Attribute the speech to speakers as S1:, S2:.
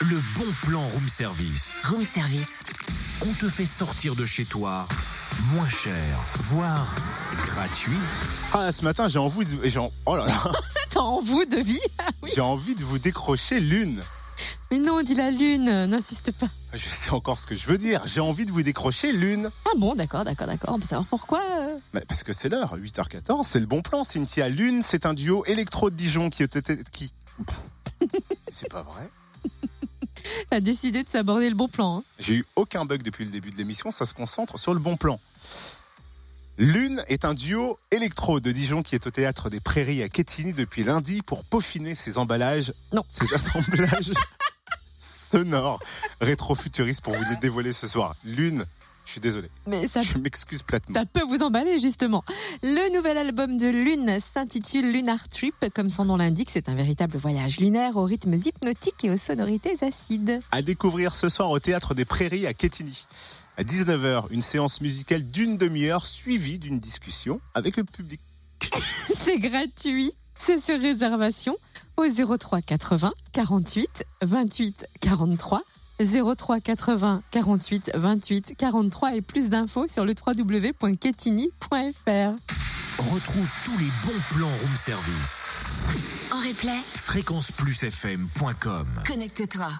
S1: Le bon plan room service.
S2: Room service.
S1: On te fait sortir de chez toi moins cher, voire gratuit.
S3: Ah, ce matin, j'ai envie de, j'ai en- oh là là,
S2: T'as en vous de vie
S3: j'ai envie de vous décrocher l'une.
S2: Mais non, dis la lune, euh, n'insiste pas.
S3: Je sais encore ce que je veux dire. J'ai envie de vous décrocher l'une.
S2: Ah bon, d'accord, d'accord, d'accord. On peut savoir pourquoi. euh.
S3: Mais parce que c'est l'heure, 8h14, c'est le bon plan. Cynthia Lune, c'est un duo électro de Dijon qui. qui... C'est pas vrai.
S2: T'as décidé de s'aborder le bon plan. hein.
S3: J'ai eu aucun bug depuis le début de l'émission, ça se concentre sur le bon plan. Lune est un duo électro de Dijon qui est au théâtre des Prairies à Quétigny depuis lundi pour peaufiner ses emballages,
S2: Non.
S3: ses assemblages sonores rétro-futuristes pour vous les dévoiler ce soir. Lune, je suis désolé,
S2: Mais ça
S3: je m'excuse platement.
S2: Ça peut vous emballer justement. Le nouvel album de Lune s'intitule Lunar Trip. Comme son nom l'indique, c'est un véritable voyage lunaire aux rythmes hypnotiques et aux sonorités acides.
S3: à découvrir ce soir au Théâtre des Prairies à Quétigny. À 19h, une séance musicale d'une demi-heure suivie d'une discussion avec le public.
S2: C'est gratuit. C'est sur réservation au 03 80 48 28 43. 03 80 48 28 43 et plus d'infos sur le www.ketini.fr.
S1: Retrouve tous les bons plans room service.
S4: En replay,
S1: fréquenceplusfm.com
S4: connecte-toi.